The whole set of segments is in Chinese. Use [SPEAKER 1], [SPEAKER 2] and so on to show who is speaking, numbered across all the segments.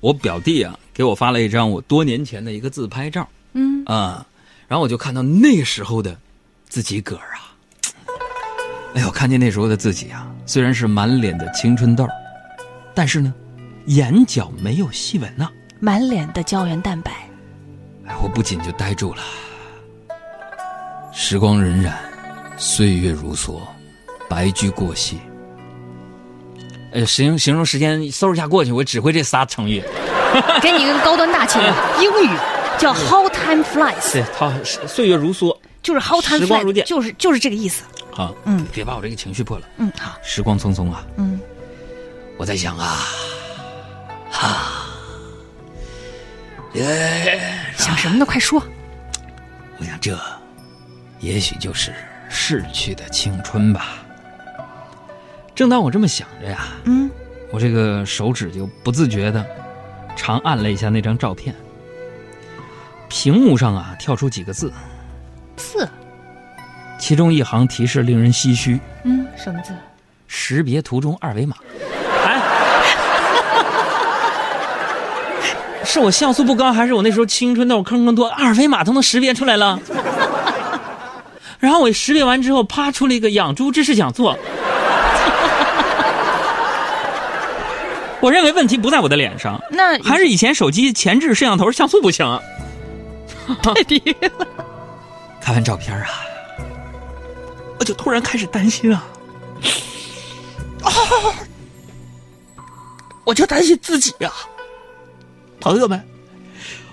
[SPEAKER 1] 我表弟啊给我发了一张我多年前的一个自拍照
[SPEAKER 2] 嗯，
[SPEAKER 1] 啊，然后我就看到那时候的自己个儿啊，哎呦，看见那时候的自己啊，虽然是满脸的青春痘儿，但是呢，眼角没有细纹呐、
[SPEAKER 2] 满脸的胶原蛋白，
[SPEAKER 1] 哎，我不禁就呆住了。时光荏苒，岁月如梭，白驹过隙。呃，形形容时间搜一下过去，我只会这仨成语。
[SPEAKER 2] 给你一个高端大气的哎英语，叫 How time flies，
[SPEAKER 1] 对，它岁月如梭。
[SPEAKER 2] 就是 How time
[SPEAKER 1] 时光如
[SPEAKER 2] flies，
[SPEAKER 1] 电
[SPEAKER 2] 就是就是这个意思。
[SPEAKER 1] 好，
[SPEAKER 2] 嗯，
[SPEAKER 1] 啊别把我这个情绪破了。
[SPEAKER 2] 嗯，好，
[SPEAKER 1] 时光匆匆啊，
[SPEAKER 2] 嗯，
[SPEAKER 1] 我在想啊，
[SPEAKER 2] 想什么呢？快说。
[SPEAKER 1] 我想这，也许就是逝去的青春吧。正当我这么想着呀，
[SPEAKER 2] 嗯，
[SPEAKER 1] 我这个手指就不自觉的长按了一下那张照片，屏幕上啊跳出几个字，
[SPEAKER 2] 四，
[SPEAKER 1] 其中一行提示令人唏嘘：
[SPEAKER 2] 嗯，什么字？
[SPEAKER 1] 识别图中二维码。哎，是我像素不高，还是我那时候青春痘坑坑多？二维码都能识别出来了。然后我识别完之后，啪出了一个养猪知识讲座。 我认为问题不在我的脸上，
[SPEAKER 2] 那
[SPEAKER 1] 还是以前手机前置摄像头像素不行。啊
[SPEAKER 2] 太低。
[SPEAKER 1] 看完照片啊，我就突然开始担心啊，啊，我就担心自己啊，朋友们，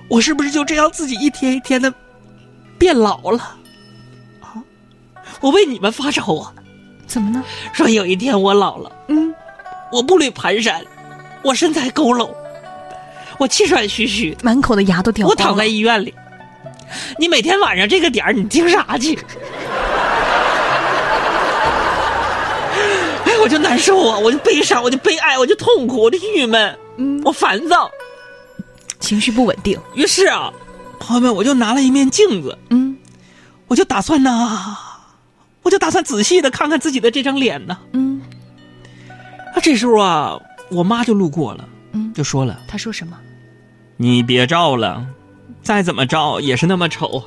[SPEAKER 1] 我是不是就这样自己一天一天的变老了？啊，我为你们发愁啊，
[SPEAKER 2] 怎么呢？
[SPEAKER 1] 说有一天我老了，
[SPEAKER 2] 嗯，
[SPEAKER 1] 我步履蹒跚，我身材佝偻，我气喘吁吁，
[SPEAKER 2] 满口的牙都掉
[SPEAKER 1] 我
[SPEAKER 2] 光了。
[SPEAKER 1] 躺在医院里。你每天晚上这个点儿，你听啥 去？哎，我就难受啊，我就悲伤，我就悲哀，我就痛苦，我就郁闷，
[SPEAKER 2] 嗯
[SPEAKER 1] 我烦躁。
[SPEAKER 2] 情绪不稳定。
[SPEAKER 1] 于是啊，朋友们，我就拿了一面镜子，
[SPEAKER 2] 嗯
[SPEAKER 1] 我就打算呐，我就打算仔细的看看自己的这张脸呢。
[SPEAKER 2] 嗯
[SPEAKER 1] 啊，这时候啊，我妈就路过了，
[SPEAKER 2] 嗯，
[SPEAKER 1] 就说了
[SPEAKER 2] 他说什么？：“
[SPEAKER 1] 你别照了，再怎么照也是那么丑。”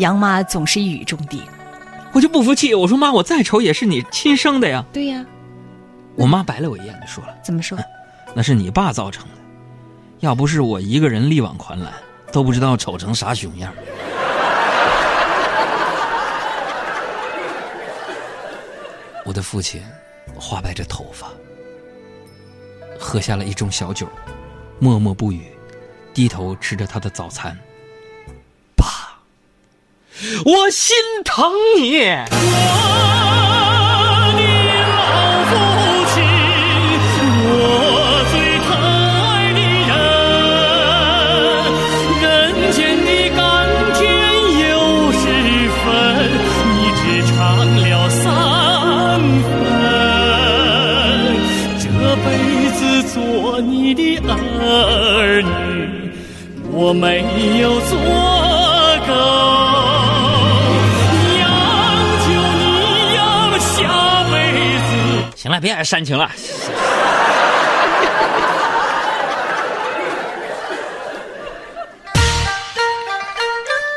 [SPEAKER 2] 杨妈总是一语中的。
[SPEAKER 1] 我就不服气，我说妈，我再丑也是你亲生的呀。
[SPEAKER 2] 对呀，
[SPEAKER 1] 我妈白了我一眼，就说了
[SPEAKER 2] 怎么说？：“
[SPEAKER 1] 那是你爸造成的，要不是我一个人力挽狂澜，都不知道丑成啥熊样。” 我的父亲花白着头发，喝下了一盅小酒，默默不语，低头吃着他的早餐。爸，我心疼你。
[SPEAKER 3] 我的老父亲，我最疼爱的人，人间的甘甜有十分，你只尝了三分。这辈子做你的儿女，我没有做够，央求你呀，下辈子。
[SPEAKER 1] 行了，别煽情了。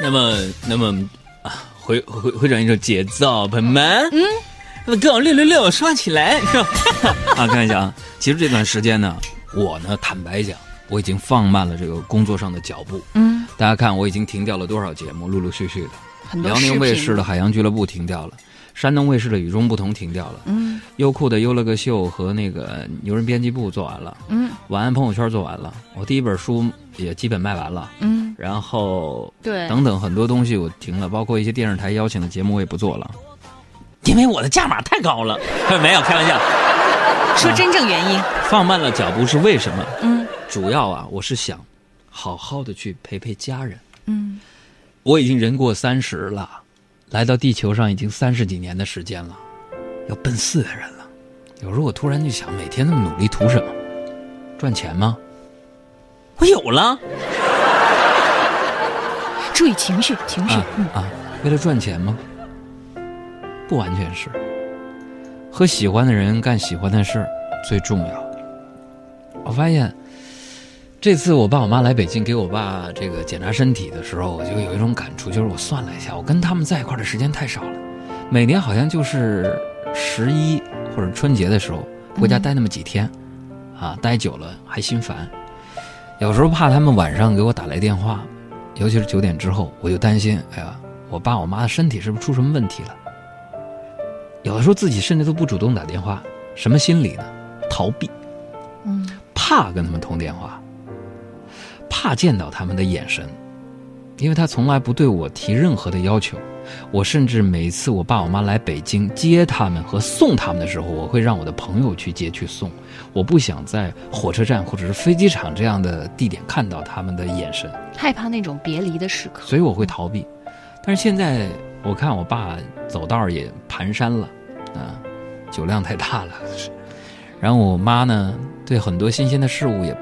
[SPEAKER 1] 那么，那么啊，回回回转一首节奏，朋友们，嗯，那么跟我六六六刷起来，是吧？ 啊，看一下啊，其实这段时间呢，我呢，坦白讲，我已经放慢了这个工作上的脚步。
[SPEAKER 2] 嗯，
[SPEAKER 1] 大家看，我已经停掉了多少节目，陆陆续续的。
[SPEAKER 2] 很多
[SPEAKER 1] 辽宁
[SPEAKER 2] 视
[SPEAKER 1] 卫
[SPEAKER 2] 频
[SPEAKER 1] 视的《海洋俱乐部》停掉了，山东卫视的《与众不同》停掉了，
[SPEAKER 2] 嗯
[SPEAKER 1] 优酷的《优了个秀》和那个牛人编辑部做完了，
[SPEAKER 2] 嗯
[SPEAKER 1] 晚安朋友圈做完了，我第一本书也基本卖完了，
[SPEAKER 2] 嗯，
[SPEAKER 1] 然后
[SPEAKER 2] 对
[SPEAKER 1] 等等很多东西我停了，包括一些电视台邀请的节目我也不做了，因为我的价码太高了。 没有开玩笑，
[SPEAKER 2] 说真正原因。
[SPEAKER 1] 放慢了脚步是为什么？
[SPEAKER 2] 嗯
[SPEAKER 1] 主要啊，我是想好好的去陪陪家人。
[SPEAKER 2] 嗯
[SPEAKER 1] 我已经人过三十了，来到地球上已经三十几年的时间了，要奔四的人了。有时候我突然就想，每天那么努力图什么？赚钱吗？我有了
[SPEAKER 2] 注意情绪，情绪
[SPEAKER 1] 啊。
[SPEAKER 2] 嗯
[SPEAKER 1] 啊！为了赚钱吗？不完全是。和喜欢的人干喜欢的事儿最重要。我发现，这次我爸我妈来北京给我爸这个检查身体的时候，我就有一种感触，就是我算了一下，我跟他们在一块儿的时间太少了，每年好像就是十一或者春节的时候回
[SPEAKER 2] 嗯
[SPEAKER 1] 家待那么几天，啊，待久了还心烦，有时候怕他们晚上给我打来电话，尤其是九点之后，我就担心，哎呀，我爸我妈的身体是不是出什么问题了？有的时候自己甚至都不主动打电话，什么心理呢？逃避，
[SPEAKER 2] 嗯，
[SPEAKER 1] 怕跟他们通电话，怕见到他们的眼神，因为他从来不对我提任何的要求。我甚至每次我爸我妈来北京接他们和送他们的时候，我会让我的朋友去接去送。我不想在火车站或者是飞机场这样的地点看到他们的眼神，
[SPEAKER 2] 害怕那种别离的时刻。
[SPEAKER 1] 所以我会逃避。但是现在我看我爸走道儿也蹒跚了，啊，酒量太大了。 然后我妈呢，对很多新鲜的事物也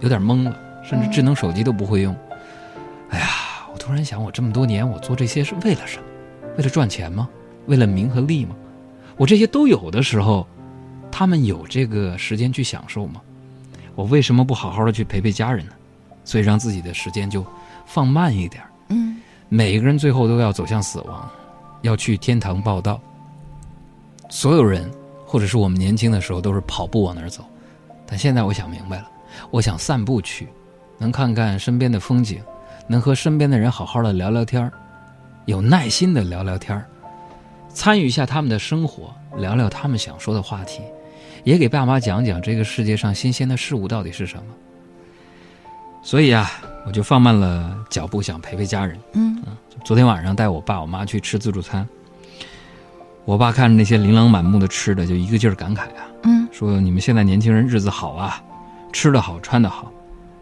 [SPEAKER 1] 有点懵了，甚至智能手机都不会用。哎呀，我突然想，我这么多年我做这些是为了什么？为了赚钱吗？为了名和利吗？我这些都有的时候，他们有这个时间去享受吗？我为什么不好好的去陪陪家人呢？所以让自己的时间就放慢一点儿。
[SPEAKER 2] 嗯，
[SPEAKER 1] 每个人最后都要走向死亡，要去天堂报道。所有人，或者是我们年轻的时候，都是跑步往哪儿走，但现在我想明白了，我想散步去，能看看身边的风景，能和身边的人好好的聊聊天儿，有耐心的聊聊天儿，参与一下他们的生活，聊聊他们想说的话题，也给爸妈讲讲这个世界上新鲜的事物到底是什么。所以啊，我就放慢了脚步，想陪陪家人。啊
[SPEAKER 2] 嗯，
[SPEAKER 1] 昨天晚上带我爸我妈去吃自助餐，我爸看着那些琳琅满目的吃的，就一个劲儿感慨啊，
[SPEAKER 2] 嗯，
[SPEAKER 1] 说你们现在年轻人日子好啊，吃的好，穿的好，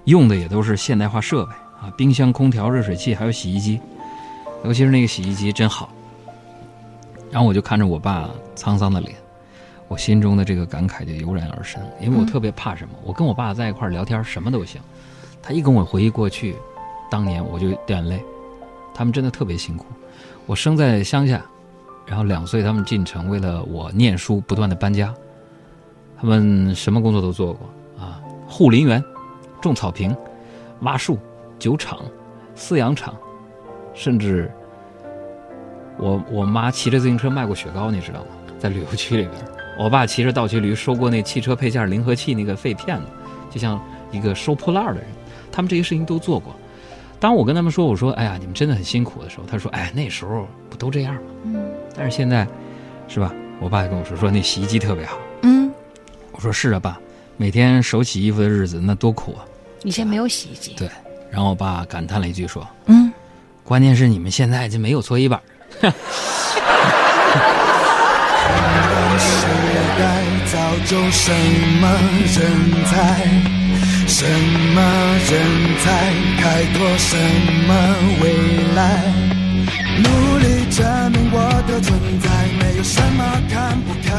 [SPEAKER 1] 用的也都是现代化设备啊，冰箱、空调、热水器，还有洗衣机，尤其是那个洗衣机真好。然后我就看着我爸沧桑的脸，我心中的这个感慨就油然而生，因为
[SPEAKER 2] 嗯
[SPEAKER 1] 我特别怕什么，我跟我爸在一块儿聊天什么都行，他一跟我回忆过去，当年我就掉眼泪。他们真的特别辛苦。我生在乡下，然后两岁他们进城，为了我念书不断的搬家。他们什么工作都做过啊，护林员、种草坪、挖树、酒厂、饲养场，甚至我我妈骑着自行车卖过雪糕，你知道吗？在旅游区里边，我爸骑着倒骑驴收过那汽车配件零和器那个废片子，就像一个收破烂儿的人。他们这些事情都做过。当我跟他们说，我说：“哎呀，你们真的很辛苦”的时候，他说：“哎，那时候不都这样吗？”
[SPEAKER 2] 嗯
[SPEAKER 1] 但是现在，是吧？我爸跟我说，说那洗衣机特别好。
[SPEAKER 2] 嗯，
[SPEAKER 1] 我说：“是啊，爸，每天手洗衣服的日子那多苦啊。
[SPEAKER 2] 以前没有洗衣机。”
[SPEAKER 1] 对。然后我爸感叹了一句说
[SPEAKER 2] 嗯，：“
[SPEAKER 1] 关键是你们现在就没有搓衣板。
[SPEAKER 4] 时代造就什么人才？什么人才开拓什么未来？努力证明我的存在，没有什么看不开。